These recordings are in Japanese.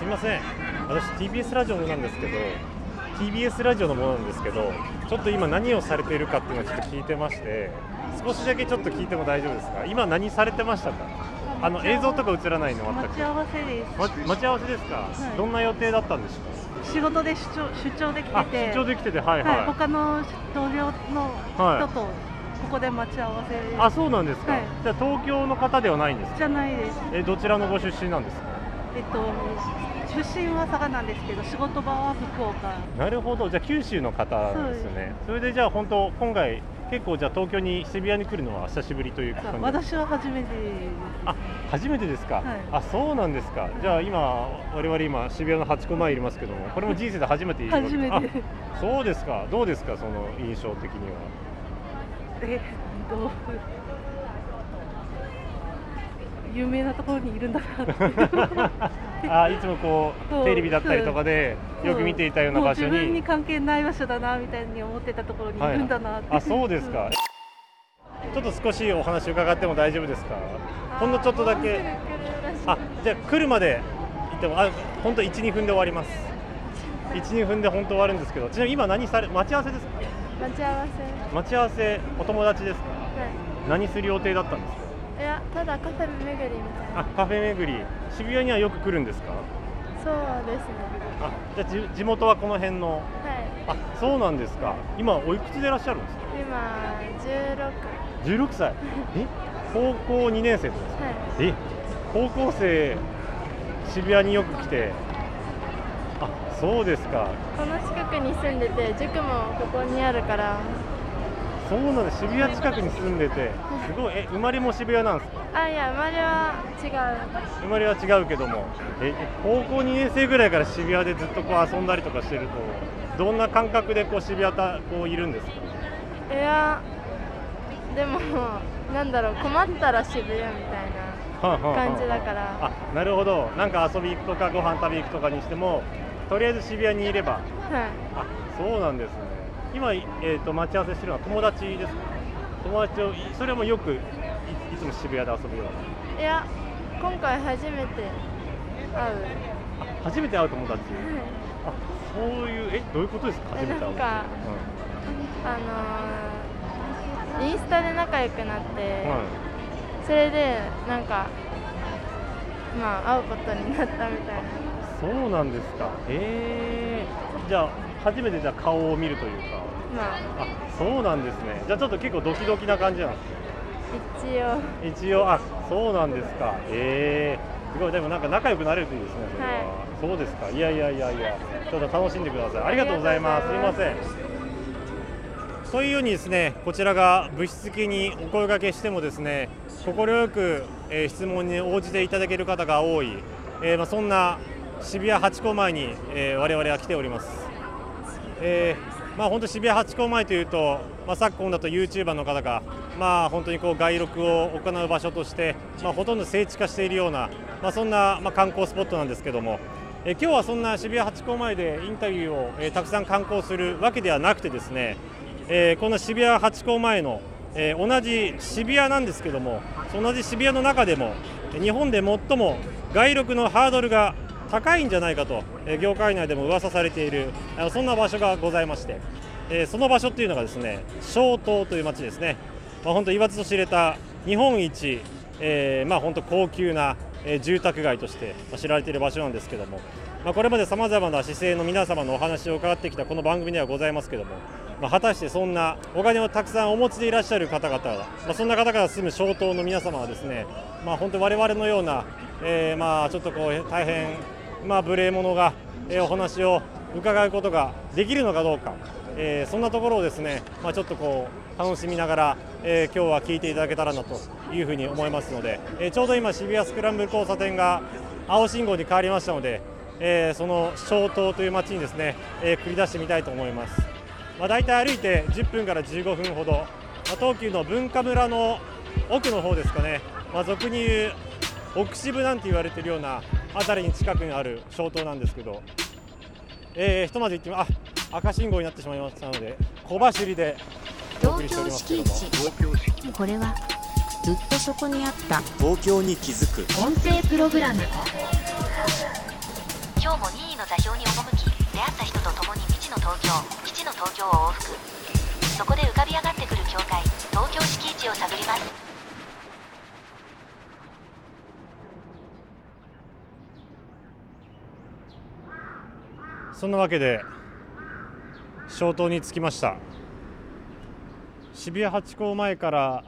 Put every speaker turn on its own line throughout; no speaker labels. みません私 TBS ラジオなんですけど TBS ラジオのものなんですけどちょっと今何をされているかっていうのをちょっと聞いてまして少しだけちょっと聞いても大丈夫ですか今何されてましたかあの映像とか映らないの全
待ち
く
合わせです
ま待ち合わせですか、
い
どんな予定だったんでしょう
仕事で出張出張でき
かあ
てて
出張できててはいは、
はいい、他の同僚の
はい
人とここで待ち合わせです
あそうなんですか、
はい
じゃあ東京の方ではないんですか
じゃないです
えどちらのご出身なんですか
えっと出身は佐賀なんですけど仕事場は福岡
なるほどじゃあ九州の方なんです
そう
ねそれでじゃあ本当今回結構じゃあ東京に渋谷に来るのは久しぶりという感じ
私は初めて
あ初めてですか、
はい
あそうなんですかじゃあ今我々今渋谷の八個前いますけどもこれも人生で初めているわけ
初めて
あそうですかどうですかその印象的には
えっと有名なところにいるんだなって
あいつもこ
そう
うテレビだったりとかで よく見ていたような場所
も自分に
に
関係ない場所だなみたいに思ってたところにいるんだなって、
あそうですかちょっと少しお話伺っても大丈夫ですかほんのちょっとだけあじゃあ来るまで行ってもあ本当12分で終わります12分で本当終わるんですけどちなみに今何され待ち合わせですか
待ち合わせ
待ち合わせお友達ですか
は
何する予定だったんですか
いいやただカフェ巡りみたいな
あカフェ巡り渋谷にはよく来るんですか
そうですね
あじゃあじ地元はこの辺の
は
あそうなんですか今おいくつでいらっしゃるんですか
い今16
16歳え高校2年生ってことですか
は
え高校生渋谷によく来てあそうですか
いこの近くに住んでて塾もここにあるから
そうなんです渋谷近くに住んでてすごいえ生まれも渋谷なんですか
あいや生まれは違う
生まれは違うけどもえ高校2年生ぐらいから渋谷でずっとこう遊んだりとかしてるとどんな感覚でこう渋谷たこういるんですか
いやでもなんだろう困ったら渋谷みたいな感
感
じだから
あなるほどなんか遊び行くとかご飯食べ行くとかにしてもとりあえず渋谷にいれば
はい
あそうなんですね今、いえー、と待ち合わせしてるのは友達ですか友達をいそれもよくいいつも渋谷で遊ぶよう
いや今回初めて会う、
なあ初めて会う友達
は
あそういうえどういうことですか初めて会う友達
なんかいあのーインスタで仲良くなって、
うんはい
それでなんかまあ会うことになったみたい
そうなんですかえー、じゃあ初めてじゃあ顔を見るというか
なまあ
あそうなんですねじゃあちょっと結構ドキドキな感じなんですね
一応は
一応あそうなんですかええすごいでもなんか仲良くなれるといいですねそれは、
はい
そうですかいやいやいやいやちょっと楽しんでくださいありがとうございます
あ
すい
り
ま
がとうござ
せ
い
んというようにですねこちらが物質的にお声掛けしてもですね快く、えー質問に応じていただける方が多い、えーまあ、そんな渋谷ハチ公前に、えー我々は来ておりますえーまあ、本当渋谷ハチ公前というと、まあ、昨今だとユーチューバーの方が、まあ、本当にこう街録を行う場所として、まあ、ほとんど聖地化しているような、まあ、そんな、まあ、観光スポットなんですけども、えー今日はそんな渋谷ハチ公前でインタビューを、えーたくさん観光するわけではなくてですね、えーこの渋谷ハチ公前の、えー同じ渋谷なんですけどもその同じ渋谷の中でも日本で最も街録のハードルが高いんじゃないかと、えー業界内でも噂されているあのそんな場所がございまして、えーその場所っていうのがですね小島という町ですね、まあ、本当言わずと知れた日本一、えーまあ、本当高級なえー住宅街としてまあ知られている場所なんですけども、まあ、これまでさまざまな市政の皆様のお話を伺ってきたこの番組ではございますけども、まあ、果たしてそんなお金をたくさんお持ちでいらっしゃる方々、まあ、そんな方々が住む小島の皆様はですね、まあ、本当我々のような、えーまあちょっとこう大変、まあ、無礼者が、えーお話を伺うことができるのかどうか、えーそんなところをですね、まあ、ちょっとこう楽しみながら、えー今日は聞いていただけたらなというふうに思いますので、えーちょうど今渋谷スクランブル交差点が青信号に変わりましたので、えーその小島という街にですね、えー繰り出してみたいと思います、まあ、大体歩いて10分から15分ほど、まあ東急の文化村の奥の方ですかね、まあ、俗に言う奥渋なんて言われてるような辺りに近くにある小島なんですけどえー、ひとまず行ってみあ赤信号になってしまいましたので小走りでお送り
東
して
京
おりますけ
敷
ど
地
も
これはずっとそこにあった
東京に気づく
音声プログラム今
今
日
日も任意の座標に赴き出会った人と共に未知の東京基地の東京を往復そこで浮かび上がってくる境界東京敷地を探ります
そんなわけで消灯に着きました渋谷八甲前から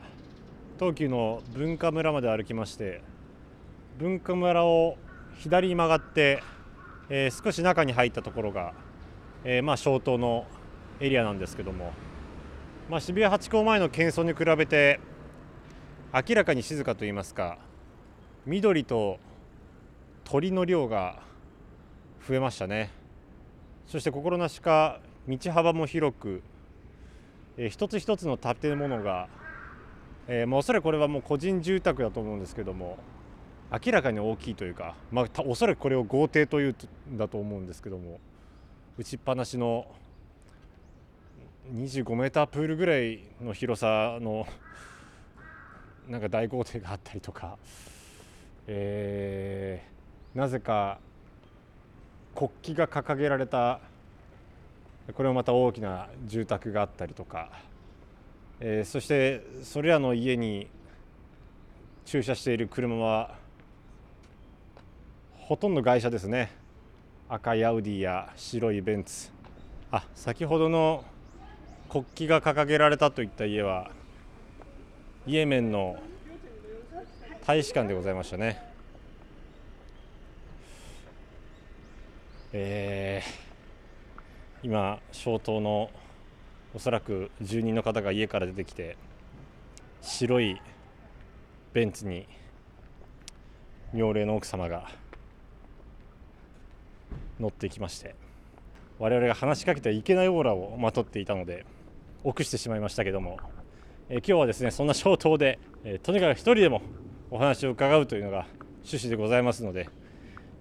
東急の文化村まで歩きまして文化村を左に曲がって、えー少し中に入ったところが、えーまあ消灯のエリアなんですけども、まあ、渋谷八甲前の喧騒に比べて明らかに静かといいますか緑と鳥の量が増えましたねそして心なしか道幅も広く、えー一つ一つの建物が、えーまあ、おそらくこれはもう個人住宅だと思うんですけども明らかに大きいというか、まあ、たおそらくこれを豪邸というんだと思うんですけども打ちっぱなしの25メータープールぐらいの広さのなんか大豪邸があったりとか、えーなぜか国旗が掲げられたこれもまた大きな住宅があったりとか、えーそしてそれらの家に駐車している車はほとんど外車ですね赤いアウディや白いベンツあ先ほどの国旗が掲げられたといった家はイエメンの大使館でございましたねえー今消灯のおそらく住人の方が家から出てきて白いベンツに妙齢の奥様が乗ってきまして我々が話しかけてはいけないオーラをまとっていたので臆してしまいましたけども、えー今日はですねそんな消灯で、えーとにかく一人でもお話を伺うというのが趣旨でございますので、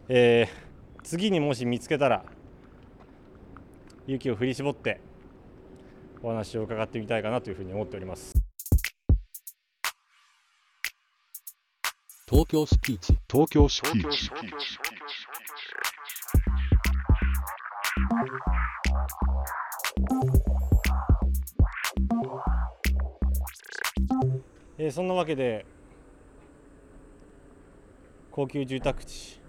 えー次にもし見つけたら勇気を振り絞ってお話を伺ってみたいかなというふうに思っております。
東京スピーチ
東京スピーチ
えーそんなわけで高級住宅地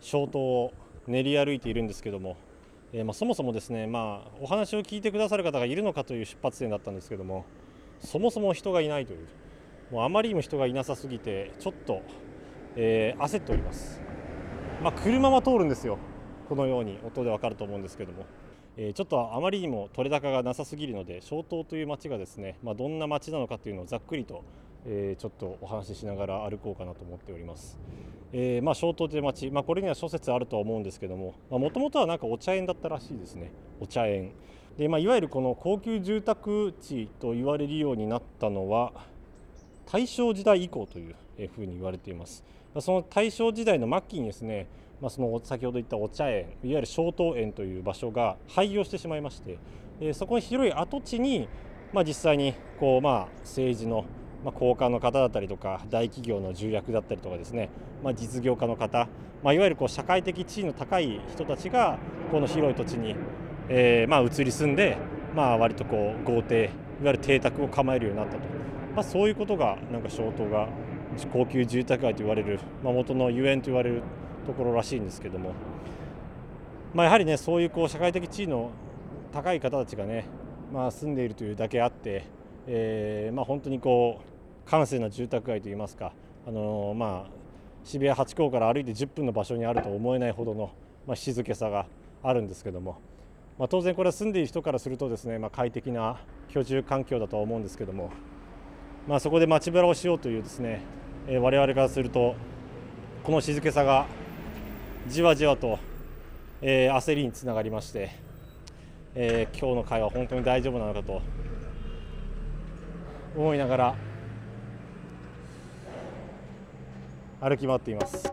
小島を練り歩いているんですけども、えーまあ、そもそもですね、まあ、お話を聞いてくださる方がいるのかという出発点だったんですけどもそもそも人がいないというもうあまりにも人がいなさすぎてちょっと、えー焦っております、まあ、車は通るんですよこのように音でわかると思うんですけどもえーちょっとあまりにも取れ高がなさすぎるので小島という町がですね、まあ、どんな町なのかというのをざっくりと、えーちょっとお話ししながら歩こうかなと思っております、えーまあ、小島という町、まあ、これには諸説あるとは思うんですけどももともとはなんかお茶園だったらしいですねお茶園で、まあ、いわゆるこの高級住宅地と言われるようになったのは大正時代以降というえーふうに言われていますその大正時代の末期にですね、まあ、その先ほど言ったお茶園いわゆる小東園という場所が廃業してしまいまして、えーそこに広い跡地に、まあ、実際にこう、まあ、政治の、まあ、高官の方だったりとか大企業の重役だったりとかですね、まあ、実業家の方、まあ、いわゆるこう社会的地位の高い人たちがこの広い土地に、えーまあ、移り住んで、まあ、割とこう豪邸いわゆる邸宅を構えるようになったと、まあ、そういうことがなんか小東が高級住宅街と言われる、まあ、元のゆえんと言われるところらしいんですけども、まあ、やはりねそういうこう社会的地位の高い方たちがね、まあ、住んでいるというだけあって、えーまあ、本当にこう閑静な住宅街といいますか、あのーまあ、渋谷八甲から歩いて10分の場所にあると思えないほどの、まあ、静けさがあるんですけども、まあ、当然これは住んでいる人からするとですね、まあ、快適な居住環境だとは思うんですけども、まあ、そこで街ぶらをしようというですね、えー我々からするとこの静けさがじわじわと、えー焦りにつながりまして、えー今日の会は本当に大丈夫なのかと思いながら歩き回っています。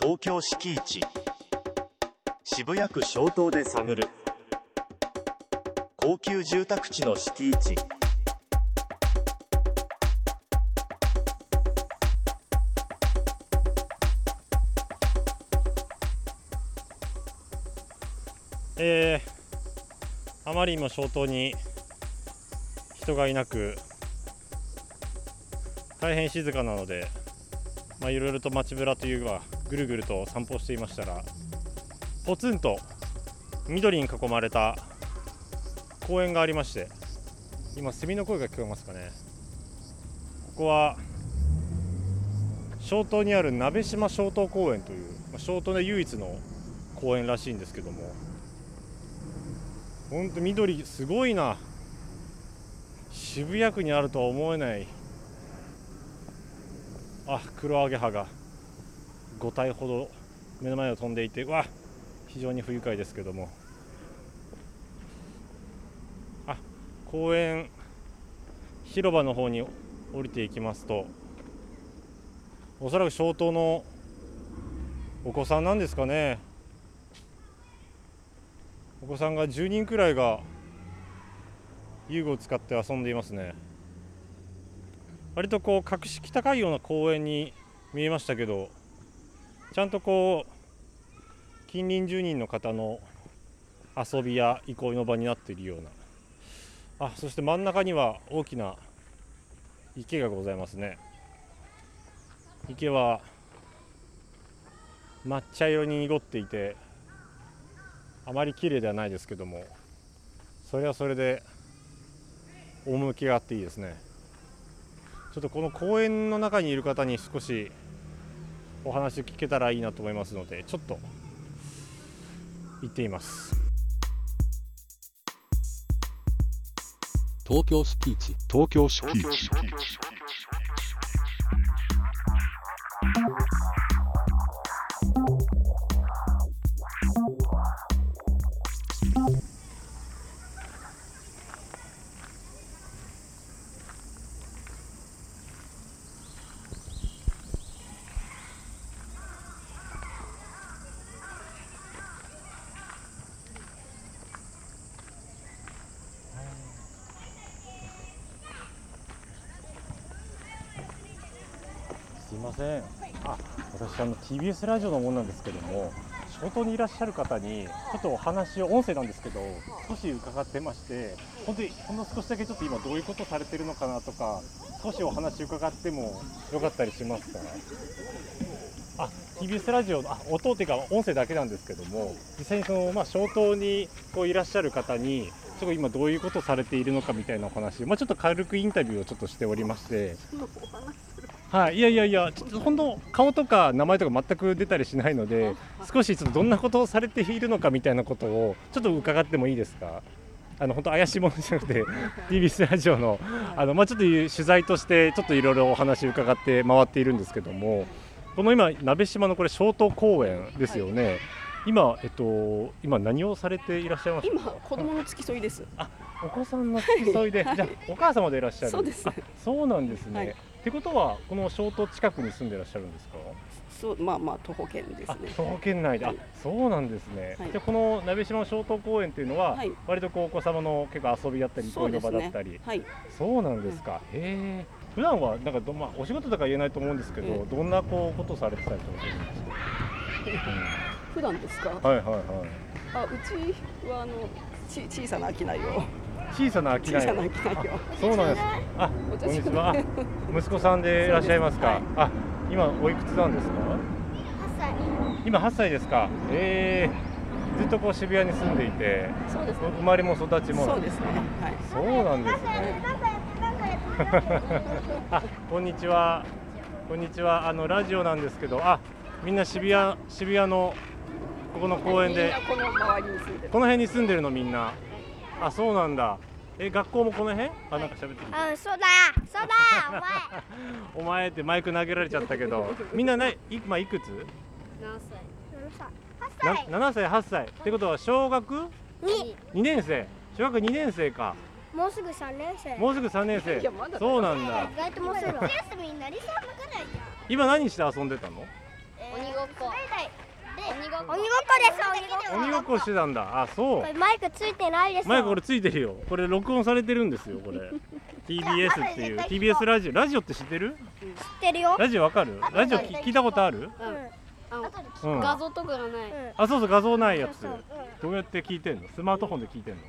東京敷地渋谷区小東で探る高級住宅地の敷地
あまり今消灯に人がいなく大変静かなのでまあいろいろと街ぶらというかぐるぐると散歩していましたらポツンと緑に囲まれた公園がありまして今セミの声が聞こえますかねここは小島にある鍋島小島公園というまあ小島で唯一の公園らしいんですけどもほんと緑すごいな渋谷区にあるとは思えないあ黒アゲハが5体ほど目の前を飛んでいてうわ非常に不愉快ですけどもあ公園広場の方に降りていきますとおそらく消灯のお子さんなんですかねお子さんが10人くらいが遊具を使って遊んでいますね割とこう格式高いような公園に見えましたけどちゃんとこう近隣住人の方の遊びや憩いの場になっているようなあそして真ん中には大きな池がございますね池は抹茶色に濁っていてあまり綺麗ではないですけどもそれはそれで趣があっていいですねちょっとこの公園の中にいる方に少しお話聞けたらいいなと思いますのでちょっと行ってみます
東京スピーチ
東京スピーチ
すいませんあ私あの TBS ラジオのもんなんですけども消灯にいらっしゃる方にちょっとお話を音声なんですけど少し伺ってまして本当にほんの少しだけちょっと今どういうことされてるのかなとか少しお話伺ってもよかったりしますかあ TBS ラジオのあ音っていうか音声だけなんですけども実際にその、まあ、消灯にこういらっしゃる方にちょっと今どういうことされているのかみたいなお話、まあ、ちょっと軽くインタビューをちょっとしておりましてはい、いやいやいや、ちょっと本当、顔とか名前とか全く出たりしないので、少しちょっとどんなことをされているのかみたいなことを、ちょっと伺ってもいいですか。あの本当怪しいものじゃなくて TBS ラジオのあの、まあ、ちょっと取材としてちょっといろいろお話伺って回っているんですけどもこの今鍋島のこれ小島公園ですよね、今えっと今何をされていらっしゃいますか
今子供の付き添いです。
お子さんの付き添いで、
はい
じゃあお母様でいらっしゃる
そうです
あそうなんですね、
はい
ってことはこの小島近くに住んでらっしゃるんですか
そうまあまあ徒歩圏です
あ
ね。
兵庫県内で、
はい
あそうなんですね、
はい
じゃあこの鍋島小島公園っていうのは、
はい
割とこうお子様の結構遊びだったり
そ
憩
う
いの
で
場
す
だっ
ね
たり。
はい。
そうなんですか、へえ普段はなんかど、まあ、お仕事とか言えないと思うんですけど、
うん
どんなこうことされてたりとかするんです
普段ですか。
か、はいはいはい
あうちはあのち小さな商いを
小さな商い
小さな商いを。
あそうなんですあ
お
こん
茶
に
し
ち
く
はあ
ね。
息子さんでいらっしゃいますか
そうで
あ今おいくつなんですか今8歳ですかええずっとこう渋谷に住んでいて
そうですね。
生まれも育ちも
そうですね。はい。
そうなんですね。 あ、こんにちは。こんにちは。あのラジオなんですけど、あ、みんな渋谷渋谷のここの公園で、
みんなこの周りに住んでる。
この辺に住んでるのみんな。あ、そうなんだ。え、学校もこの辺？あ、なんか喋ってる。
うん、そうだそうだお前
お前ってマイク投げられちゃったけど、みんなない、いまあいくつ？な7歳8歳ってことは小学
に
2年生小学2年生か
もうすぐ3年生
もうすぐ3年生
いやまだだ
そうなんだ
意外ともうすぐだ
夏休みになりそうだからいや
今何して遊んでたの
鬼ごっこ鬼ご
鬼ご
っ
っこです
鬼ごっこしてたんだあそう
これマイクついてないです
マイクこれついてるよこれ録音されてるんですよこ れ TBS って いう TBS ラジオラジオって知って
知
る
ってるよ、
ラジオわかるラジオ聞聞いたことある
うん
うんあ
像とかがない
そうそう画像ないやつ
そうそう
どうやって聞いてんのスマートフォンで聞いてんの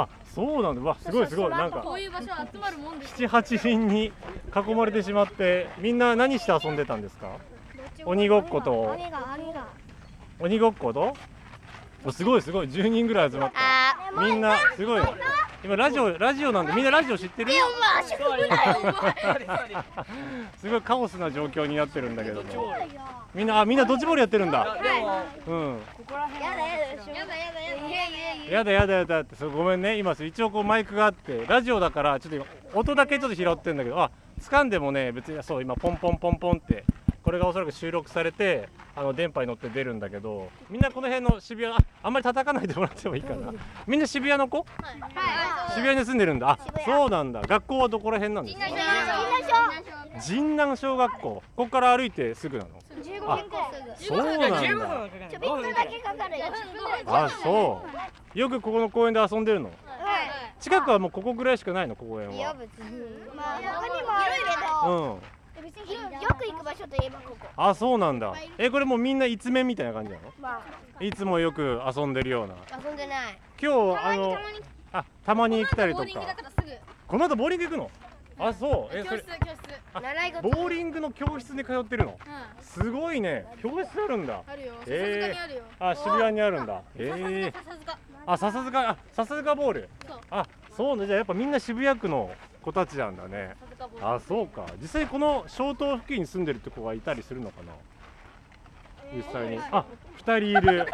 あそうなんだうわすごいすごいなんか
こういう場所集まるもんです
78人に囲まれてしまってみんな何して遊んでたんですか鬼ごっこと
鬼が鬼が
鬼ごっことおすごいすごい10人ぐらい集まった
あ
みんなすごい今ラジオラジオなんでみんなラジオ知ってるすごいカオスな状況になってるんだけどもみんなあみんなドッジボールやってるんだうん
やだやだ
やだや
やだやだやだ
だやだってそうごめんね今一応こうマイクがあってラジオだからちょっと今音だけちょっと拾ってんだけどあ掴んでもね別にそう今ポンポンポンポンってこれがおそらく収録されてあの電波に乗って出るんだけどみんなこの辺の渋谷ああんまり叩かないでもらってもいいかなみんな渋谷の子渋谷に住んでるんだあそうなんだ学校はどこら辺なんですか神南小学校ここから歩いてすぐなの
15
あ
分くらい
そうなんだ
ちょびっとだけかかるよ
あそうよくここの公園で遊んでるの
はい
近くはもうここぐらいしかないの公園は
まあ他にもある
うん、
けど別によく行く場所といえばここ
あそうなんだえこれもうみんないつめみたいな感じなの、いつもよく遊んでるような
遊んでない
今日あのあたまに来たりとか
らすぐ
この後ボーリング行くのあそうえそれ
教室
習い
ボーリングの教室に通ってるの
う
すごいね教室あるんだ
んあるよ
えー
あるよ
あ渋谷にあるんだええあ笹塚あ笹塚ボール
そう
あそうねじゃあやっぱみんな渋谷区の子たちなんだねあそうか実際この小島付近に住んでるって子がいたりするのかな実際にあ二人いる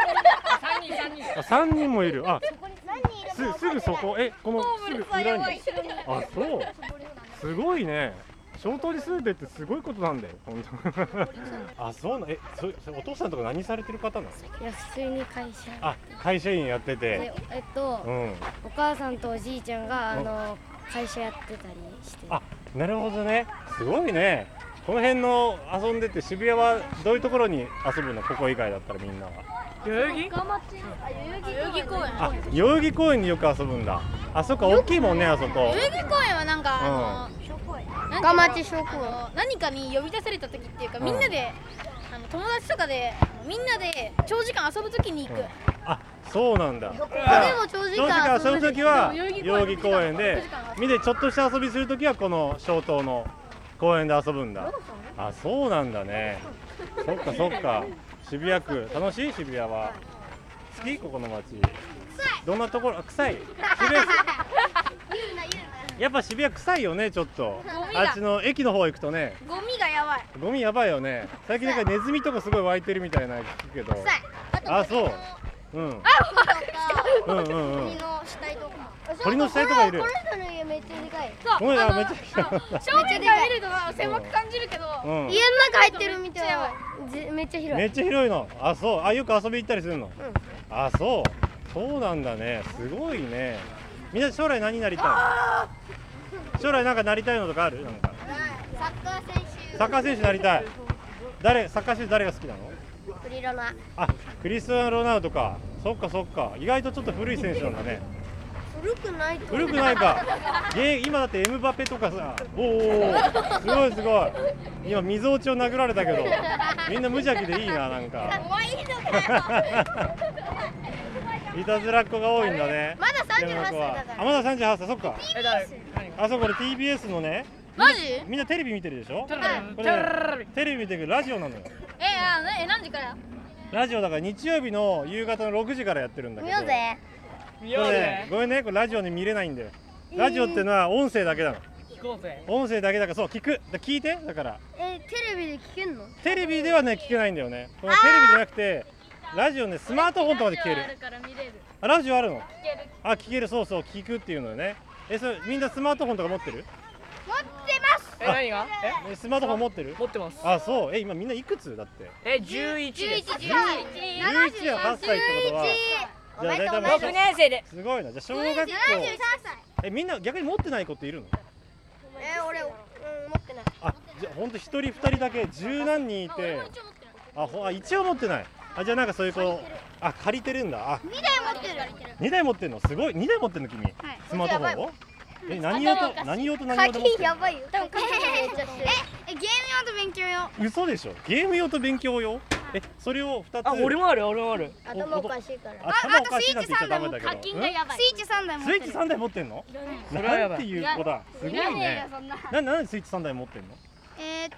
あ三人もいるあすすぐそこえこのすぐ裏にあそうすごいね小島に住んでってすごいことなんだよ本当 あそうなえそそれお父さんとか何されてる方なの
いや普通に会社
あ会社員やってて
でえっと
うん
お母さんとおじいちゃんがあの会社やってたりして
あなるほどねすごいねこの辺の遊んでて渋谷はどういうところに遊ぶのここ以外だったらみんなは
代々木公園
あ代々木公園によく遊ぶんだあそっか大きいもんねあそこ
代々木公園はなんかあの
深
なんて
町
いう
商工
のあの何かに呼び出された時っていうかみんなであの友達とかであのみんなで長時間遊ぶ時に行く
うんあそうなんだ
でも長時
長時間遊ぶ時は
遊ぶ時
代々木公園で見てちょっとした遊びする時はこの小島の公園で遊ぶんだあそうなんだねそっかそっか渋谷区楽しい渋谷は好きここの街どんなところあ 臭い渋谷やっぱ渋谷臭いよねちょっとあっちの駅の方行くとね
ゴミがやばい
ゴミやばいよね最近なんかネズミとかすごい湧いてるみたいなの聞くけどあそううんうんうんうん
の死体とか
鳥の死体とかいる
この人の家めっちゃでかい
ごめんあめっちゃ
正面から見るとは狭く感じるけど
うん
家の中入ってるみたいなじめっちゃ広
め
い
っちゃ広いのあそうあよく遊び行ったりするの、あそうそうなんだねすごいねみんな将来何になりたい将来なんかなりたいのとかあるなんか
サッカー選
サッカー選手になりたい誰サッカー選手誰が好きなの
手クリロナ
あクリスティアーノロナウドかそっかそっか意外とちょっと古い選手なんだね
古くないと
古くないか現今だってエムバペとかさおーおーすごいすごい今みぞおちを殴られたけどみんな無邪気でいいななんか
怖いの
いたずらっ子が多いんだね
まだ38
山田
歳
子は
だから
あまだ38歳そっかあそうこれ TBS のね
マジ
みんなテレビ見てるでしょこれねテレビ見てるけどラジオなのよ
えあねえ何時から
ラジオだから日曜日の夕方の6時からやってるんだけど
見ようぜ
見ようぜごめんねこれラジオに見れないんだよラジオってのは音声だけなの音声だけだからそう聞くだ聞いてだから
えテレビで聞けんの
テレビではね聞けないんだよねこのテレビじゃなくてラジオねスマートフォンとかで聞ける
から見れる
あラジオあるの聞けるあ聞けるそうそう聞くっていうのよねえそれみんなスマートフォンとか持ってる
持ってます
え、何がえ
えスマートフォン持ってる
持ってます。
あそうえ今みんないくつだって
え、11です。
11や8歳ってことはじゃあ大体もう
6年生で。
すごいなじゃあ小学校えみんな逆に持ってない子っているの
え俺うん持ってない
あじゃあほんと一人二人だけ十何人いてあほあ一応持ってないあじゃあなんかそういう子あ借りてるんだあ
二台持ってる
二台持ってんのすごい二台持ってんの君、スマートフォンをえ何用と何用と何用と持ってんの
ばいよ多分課金めっちゃしてる
嘘でしょゲーム用と勉強用えそれを2つ
あ俺もある俺もある
頭おかしいから。
頭おかしいなんて言っちゃダメだけど
ばい。スイッチ三台
ん
も。
スイッチ3台持ってんの
うん
それはや
なん
ばい
ていう子だすごいね
そんな。
なんでなんでスイッチ3台持ってんの
えーと、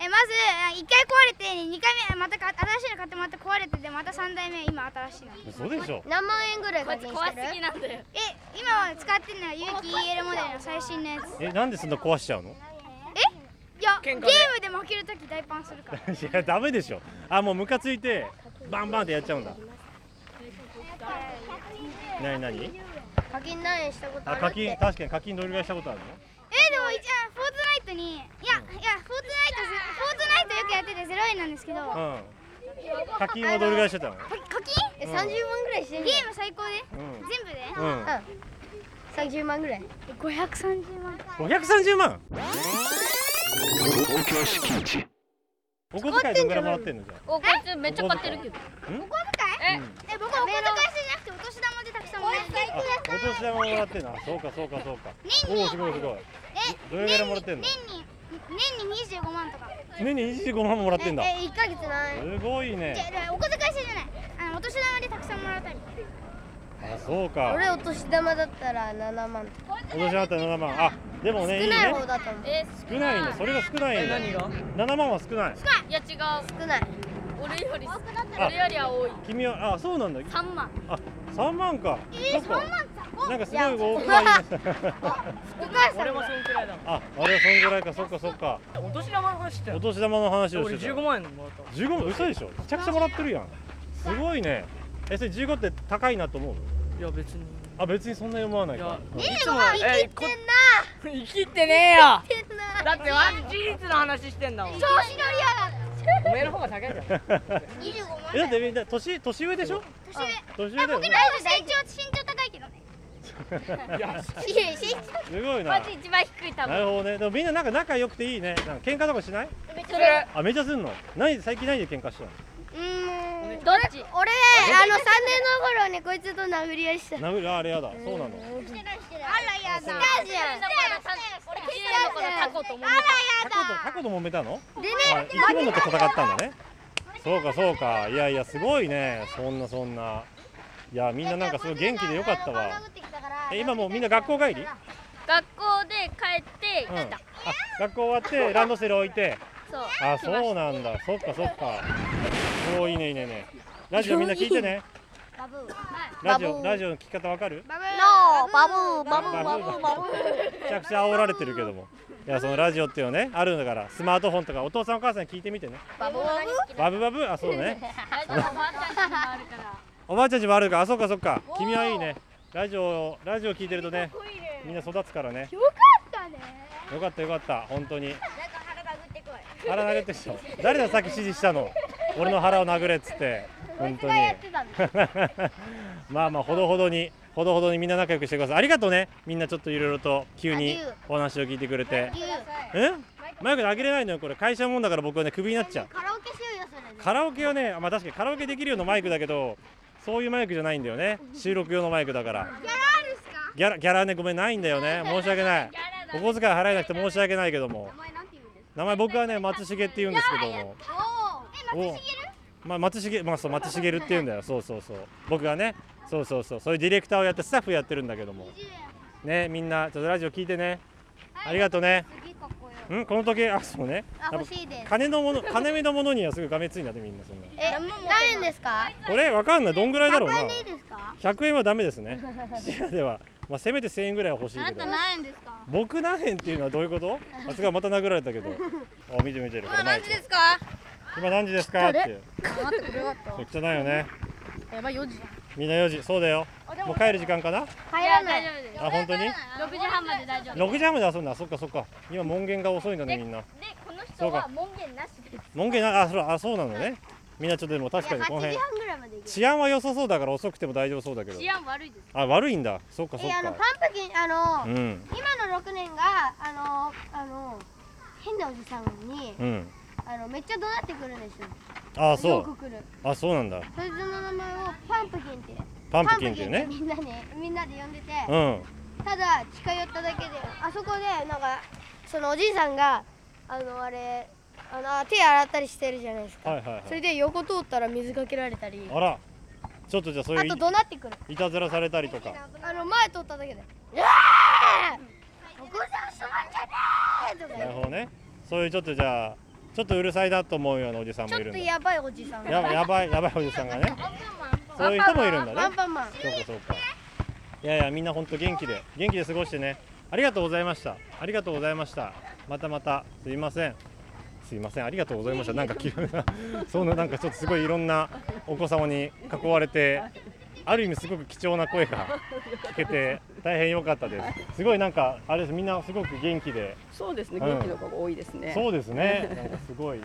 えまずあ一回壊れて二回目またか新しいの買ってまた壊れててまた三台目今新しいの。
嘘でしょ
何万円ぐらい課金
こいつ
してる？
怖すぎなんだよ
え今は使ってるのは有機 EL モデルの最新のやつ。
えなんでそんな壊しちゃうの
えいやゲームで負けるとき大パンするから。
いやダメでしょあもうムカついてバンバンってやっちゃうんだ何何
課金何円したことあ
あ
る
課金確かに課金どれぐらいしたことあるの
えでも一応フォートナイトにいやいやフォートナイトぜフォートナイトよくやっててゼロ円なんですけど。
うん課金はどれぐらいしてたの
か課金？
えうん
万ぐらいしてる。ゲーム最高で。
うん
全部で？
うんうん
三十万ぐらい。五百三十万。
530万お小遣いどんぐらいもらってんのじゃ
おこいつめっちゃ買ってるけど。
ん
お小遣い？え僕お小遣いしてなくてお年玉でたくさんもらってる。
あお年玉もらってんのあそうかそうかそうか
年
お
に
おすごいすごい
え
どれぐらいもらってんの
年に年に二十五万とか。
年に25万もらってんだ
え一ヶ月ない。
すごい
じゃ
ね
あお小遣いしてじゃない。あのお年玉でたくさんもらったり。
あそうか
俺お年玉だったら7万
お年玉だったら7万あでも
少
ねいい
ない
ね
方だと思うえ
少ないねそれが少ないね7万は少ない
いや違う少ない俺より
ら俺より
は多い
君はあそうなんだ
3万
あ3万か
え
そっ
3
か
万
なんかすごい大きい
お母さん
俺もそんくらいだ
ああれはそんぐらいかそっかそっか
お年玉の話して
お年玉の話を
俺
してた
15万円もらった
15万嘘でしょめちゃくちゃもらってるやんすごいねえそれ15って高いなと思う
いや別に
あ別にそんなに思わない
い
か
や
うん
いつもえこ生きてねえよだってわ事実の話してんだもん
調子乗りやがって。
おめえの方が高いから
二十五万。
えだってみんな年年上でしょ
年上。
年上だよ
僕
ね
らの身長身長高いけどね。いや身長。
すごいな
一番低い多
なるほどねでもみんななんか仲良くていいねなんか喧嘩とかしない
めっち
それ
あめっちゃすんの何最近何で喧嘩したの
うーんどっち俺あの3年の頃ねこいつと殴り合いした
殴るあれやだそうなの
してないしてない。あらやだ。スタジ
俺
10年の頃タコ
と思
タコとタコと揉めたの
でね
あ生き物と戦ったんだねそうかそうかいやいやすごいねそんなそんないやみんななんかすごい元気でよかったわえ今もうみんな学校帰り
学校で帰って
うん、あ学校終わってランドセル置いて
そう
あそうなんだそっかそっかおおいいねいいねいいねラジオみんな聞いてね
バブー
ラジオラジオの聞き方わかる
バブ
ノーバブーバブー
バブーバブーめちゃくちゃ煽られてるけどもいやそのラジオっていうのねあるんだからスマートフォンとかお父さんお母さんに聞いてみてね
バブー
バブバブあそうね
大丈夫おばあちゃんちもあるから
おばあちゃんちもあるからあそうかそうか君はいいねラジオラジオ聞いてるとねみんな育つからね
よかったね。
よかったよかった本当に
なんか腹殴ってこい。
腹殴ってるでしょ誰ださっき指示したの俺の腹を殴れっつって本当に
たん
まあまあほどほどにほどほどにみんな仲良くしてくださいありがとうねみんなちょっといろいろと急にお話を聞いてくれてうんマイクであげれないのよこれ会社もんだから僕はねクビになっちゃう
カラオケしようよそれで。
カラオケはねあまあ確かにカラオケできるようなマイクだけどそういうマイクじゃないんだよね収録用のマイクだから
ギャラあるっすか？
ギャラギャラねごめんないんだよね申し訳ないお小遣い払えなくて申し訳ないけども
お前なんて言うんです
名前僕はね松重って言うんですけども
か？おお。え松重
まあ、松重、まあ、そう、松重って言うんだよ。そうそうそう。僕がね。そうそうそう、そういうディレクターをやって、スタッフやってるんだけども。ね、みんな、ちょっとラジオ聞いてね。ありがとうね。
次ここよ。
うん、この時計、あ、そうね。
あ
やっ
欲しいで
ぱ
す。
金のもの、金目のものにはすぐがめついんだって、みんな、そんな。
え何円ですか？
これ、わかんない、どんぐらいだろうな。
いいですか？
100円はダメです ね。シアでは、まあ、せめて1000円ぐらいは欲しいけど。
何円ですか？
僕何円っていうのはどういうこと。あ、すごい、また殴られた けど。あ、見て見てる。これマイク
すか？
今何時ですかっていう。
待ってくれよかった。
めっちゃないよね。
えまあ四時。
みんな4時、そうだよ。もう帰る時間かな。
早ない。大丈夫です。
あ、本当に。
6時半まで大丈夫
6時半まで遊んだそっかそっか今門限が遅いんだねみんな
でこの
そう
人
か
は門限なしです
門限なあそうあそうなのねみんなちょっとでも確かにこの辺
ぐらいまで行
治安は良さそうだから遅くても大丈夫そうだけど
治安悪いです
あ悪いんだそっかそっ
えあの
か
パンプキンあ
う
の
ん
今の六年があのあの変なおじさんに
うん
あのめっちゃ怒鳴ってくるんですよ。
あ
よ
そ
く
う
来る。
あそうなんだ
そいつの名前をパンプキンって。
パンプキンっていうね
パンプキンってみんなねみんなで呼んでて。
うん
ただ近寄っただけであそこでなんかそのおじいさんがあのあれ
あの手洗ったりしてるじゃないですか、
はいはいはい
それで横通ったら水かけられたり
あらちょっとじゃあそう
あ
いう
と怒鳴ってくる
いいたずらされたりとか
あの前通っただけで「うわーここじゃ遊ばんじゃねえ!」とか
な
言
る
う
ほどねそういうちょっとじゃあちょっとうるさいなと思うようなおじさんもい
ちょ
る
っ
ん
と
だ
やばいおじさん
やばやばいやばいおじさんがねそういう人もいるんだね
アンパンマン
そうかそうかいやいやみんな本当元気で元気で過ごしてねありがとうございましたありがとうございましたまたまたすいませんすいませんありがとうございましたなんか急な そんななんかちょっとすごいいろんなお子様に囲われてある意味すごく貴重な声が聞けて大変良かったですすごいなんかあれですみんなすごく元気で
そうですね、
うん
元気の子が多いですね。
そうですねなんかすごい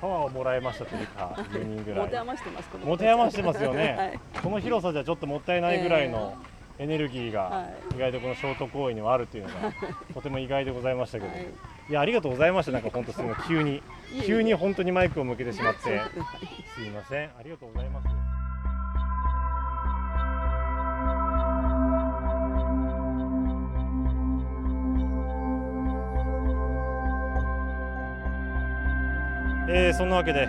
パワーをもらえましたというか10人ぐらい
持て余してますこの子
持て余してます よ
は
ね
い、
この広さじゃちょっともったいないぐらいのエネルギーが
は
意外とこのショート公演にはあるというのがとても意外でございましたけど、い、やありがとうございましたなんか本当すごい急に
いえいえ
急に本当にマイクを向けてしまってすいませんありがとうございますえーそんなわけで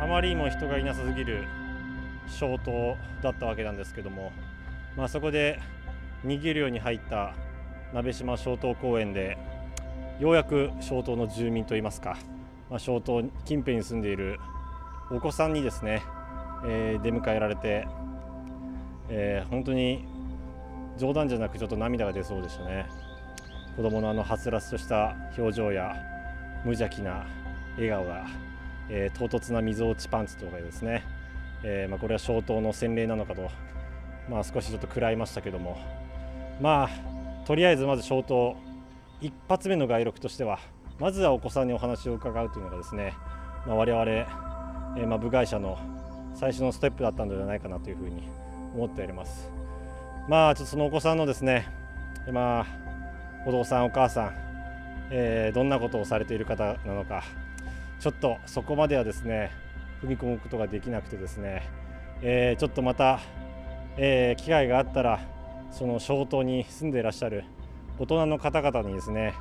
あまりにも人がいなさすぎる消灯だったわけなんですけども、まあ、そこで逃げるように入った鍋島消灯公園でようやく消灯の住民といいますか、まあ、消灯近辺に住んでいるお子さんにですね、えー出迎えられて、えー本当に冗談じゃなくちょっと涙が出そうでしたね子供のあのはつらつとした表情や無邪気な笑顔が、えー唐突な溝落ちパンツとかですね、えーまあ、これは消灯の洗礼なのかと、まあ、少しちょっと食らいましたけどもまあとりあえずまず消灯一発目の外録としてはまずはお子さんにお話を伺うというのがですね、まあ、我々、えーまあ、部外者の最初のステップだったのではないかなというふうに思っております。まあちょっとそのお子さんのですね、えーまあ、お父さんお母さん、えーどんなことをされている方なのかちょっとそこまではですね踏み込むことができなくてですね、えーちょっとまた、えー機会があったらその小島に住んでいらっしゃる大人の方々にですね、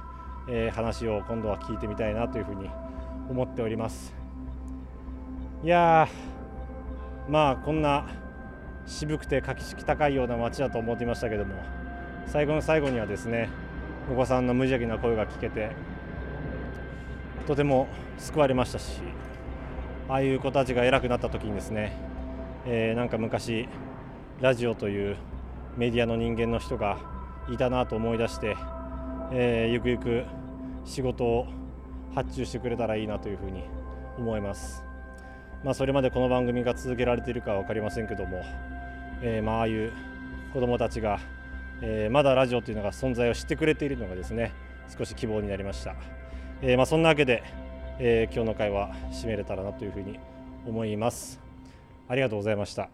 えー話を今度は聞いてみたいなというふうに思っておりますいやーまあこんな渋くて格式高いような街だと思っていましたけども最後の最後にはですねお子さんの無邪気な声が聞けてとても救われましたしああいう子たちが偉くなった時にですね、えーなんか昔ラジオというメディアの人間の人がいたなと思い出して、えーゆくゆく仕事を発注してくれたらいいなというふうに思います。まあ、それまでこの番組が続けられているかは分かりませんけども、えーまあああいう子どもたちが、えーまだラジオというのが存在を知ってくれているのがですね少し希望になりました、えーまあ、そんなわけで、えー今日の会は締めれたらなというふうに思いますありがとうございました